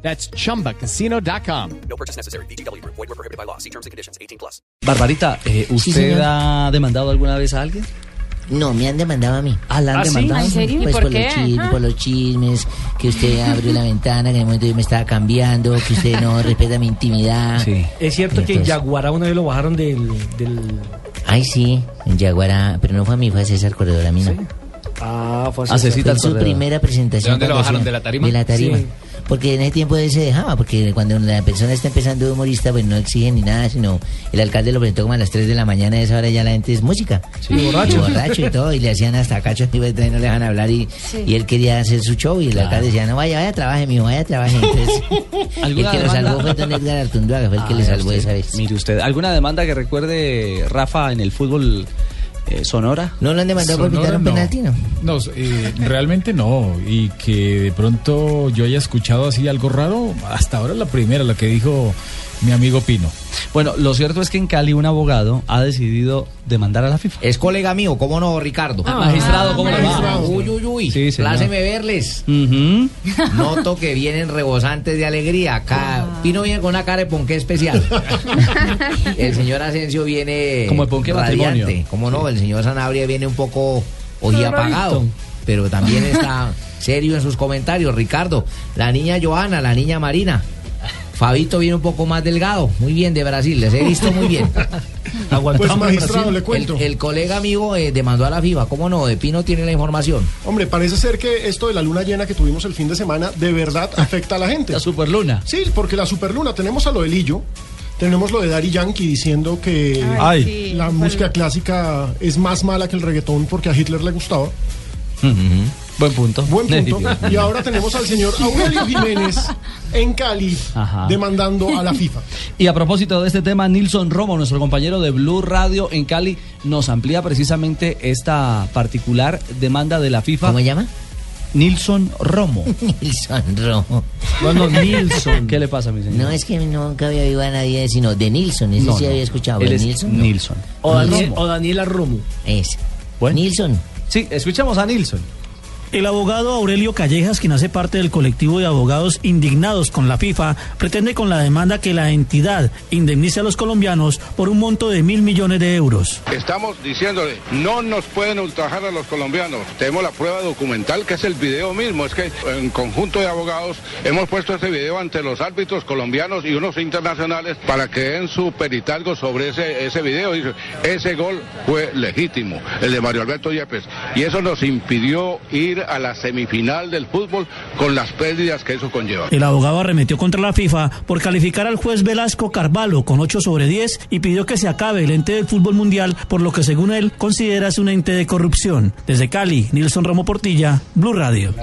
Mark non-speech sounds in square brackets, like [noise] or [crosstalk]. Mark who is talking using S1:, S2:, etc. S1: That's chumbacasino.com.
S2: No purchase necessary. BGW. Void were prohibited by law. See terms and conditions. 18 plus.
S3: Barbarita, eh,
S4: Sí,
S3: ¿usted
S4: señor.
S3: ha demandado alguna vez a alguien?
S4: No, me han demandado a mí.
S3: Ah, la han demandado.
S5: ¿En serio? ¿Y
S4: Pues
S5: por
S4: por,
S5: qué?
S4: Los chismes,
S5: Ah.
S4: por los chismes, que usted abrió la ventana, que en el momento yo me estaba cambiando, que usted no respeta mi intimidad.
S3: Sí.
S6: Es cierto que en
S4: Entonces-
S6: Yaguara una vez lo bajaron del. del...
S4: Ay, sí, en Yaguara, pero no fue a mí, fue a César Corredor, a mí no.
S6: Ah, fue
S3: Ah, Cecita
S4: Fue
S3: al
S4: su
S3: corredor.
S4: primera presentación.
S7: ¿De dónde lo
S4: cuando
S7: bajaron?
S4: hacía-
S7: ¿De la tarima?
S4: De la tarima.
S6: Sí.
S4: Porque en ese tiempo él se dejaba, porque cuando la persona está empezando de humorista, pues no exige ni nada, sino el alcalde lo presentó como a las 3 de la mañana, a esa hora ya la gente es música.
S6: Y borracho.
S4: Y borracho y todo, y le hacían hasta cacho, y no le dejaban hablar, y, y él quería hacer su show, y el alcalde decía, no, vaya, vaya, trabaje, mijo, vaya, trabaje.
S3: [laughs]
S4: Entonces, el
S3: ¿Alguna
S4: que lo
S3: demanda?
S4: salvó fue Don Edgar Artunduaga, fue el que
S3: Ah,
S4: le
S3: vea
S4: salvó
S3: usted.
S4: esa vez.
S3: Mire usted, ¿alguna demanda que recuerde Rafa en el fútbol eh, Sonora?
S4: No lo han demandado por
S7: Sonora,
S4: pitar un
S7: no.
S4: penalti, ¿no?
S7: No, eh, realmente no. Y que de pronto yo haya escuchado así algo raro, hasta ahora la primera, la que dijo mi amigo Pino.
S3: Bueno, lo cierto es que en Cali un abogado ha decidido demandar a la FIFA.
S8: Es colega mío, ¿cómo no, Ricardo?
S3: magistrado, ¿cómo le va?
S8: Magistrado. Uy, uy, uy.
S3: Sí, señor.
S8: Pláceme verles.
S3: Ujú.
S8: Noto que vienen rebosantes de alegría. Acá, Pino viene con una cara de ponqué especial. el señor Asensio viene.
S3: Como el ponqué
S8: radiante.
S3: matrimonio.
S8: ¿Cómo no? El señor Sanabria viene un poco apagado. Pero también está serio en sus comentarios, Ricardo. La niña Joana, la niña Marina. Fabito viene un poco más delgado. Muy bien, de Brasil. Les he visto muy bien.
S9: Pues magistrado, le
S8: El,
S9: cuento.
S8: el colega amigo eh, demandó a la FIBA, ¿cómo no? De Pino tiene la información.
S9: Hombre, parece ser que esto de la luna llena que tuvimos el fin de semana de verdad afecta a la gente.
S3: La superluna.
S9: Sí, porque la superluna, tenemos a lo de Lillo, tenemos lo de Daddy Yankee diciendo que
S5: Ay, sí,
S9: la
S5: por-
S9: música clásica es más mala que el reggaetón porque a Hitler le gustaba.
S3: Buen punto.
S9: Buen punto.
S3: Dios mío.
S9: Y ahora tenemos al señor Aurelio Jiménez en Cali
S3: Ajá.
S9: demandando a la FIFA.
S3: Y a propósito de este tema, Nilson Romo, nuestro compañero de Blue Radio en Cali, nos amplía precisamente esta particular demanda de la FIFA.
S4: ¿Cómo se
S8: [laughs]
S4: llama?
S3: Nilson Romo.
S4: El sonrojo.
S3: No, no, Nilson. ¿Qué le pasa, mi señor?
S4: No, es que nunca había oído a nadie sino de Nilsson, ese
S3: No,
S4: sí
S3: no.
S4: había escuchado.
S3: Él
S4: ¿De
S3: es
S4: Nilsson? No.
S3: Nilson.
S6: O, Daniel-
S3: Romo.
S6: o Daniela Romo.
S4: Es.
S3: Bueno.
S4: Nilsson.
S3: Sí, escuchemos a Nilson.
S10: El abogado Aurelio Callejas, quien hace parte del colectivo de abogados indignados con la FIFA, pretende con la demanda que la entidad indemnice a los colombianos por un monto de mil millones de euros.
S11: Estamos diciéndole, no nos pueden ultrajar a los colombianos. Tenemos la prueba documental que es el video mismo. Es que eh, en conjunto de abogados hemos puesto ese video ante los árbitros colombianos y unos internacionales para que den su peritalgo sobre ese, ese video. Dice, ese gol fue legítimo, el de Mario Alberto Yepes. Y eso nos impidió ir a la semifinal del fútbol con las pérdidas que eso conlleva.
S10: El abogado arremetió contra la FIFA por calificar al juez Velasco Carvalho con 8 sobre 10 y pidió que se acabe el ente del fútbol mundial por lo que según él considera es un ente de corrupción. Desde Cali, Nilson Romo Portilla, Blue Radio.